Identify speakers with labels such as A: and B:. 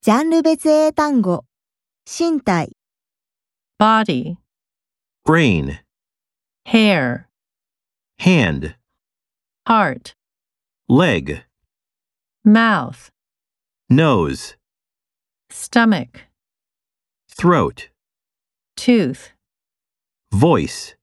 A: ジャンル別英単語、身体、
B: body,
C: brain,
B: hair,
C: hand,
B: heart,
C: leg,
B: mouth,
C: nose,
B: stomach,
C: throat,
B: tooth.
C: voice.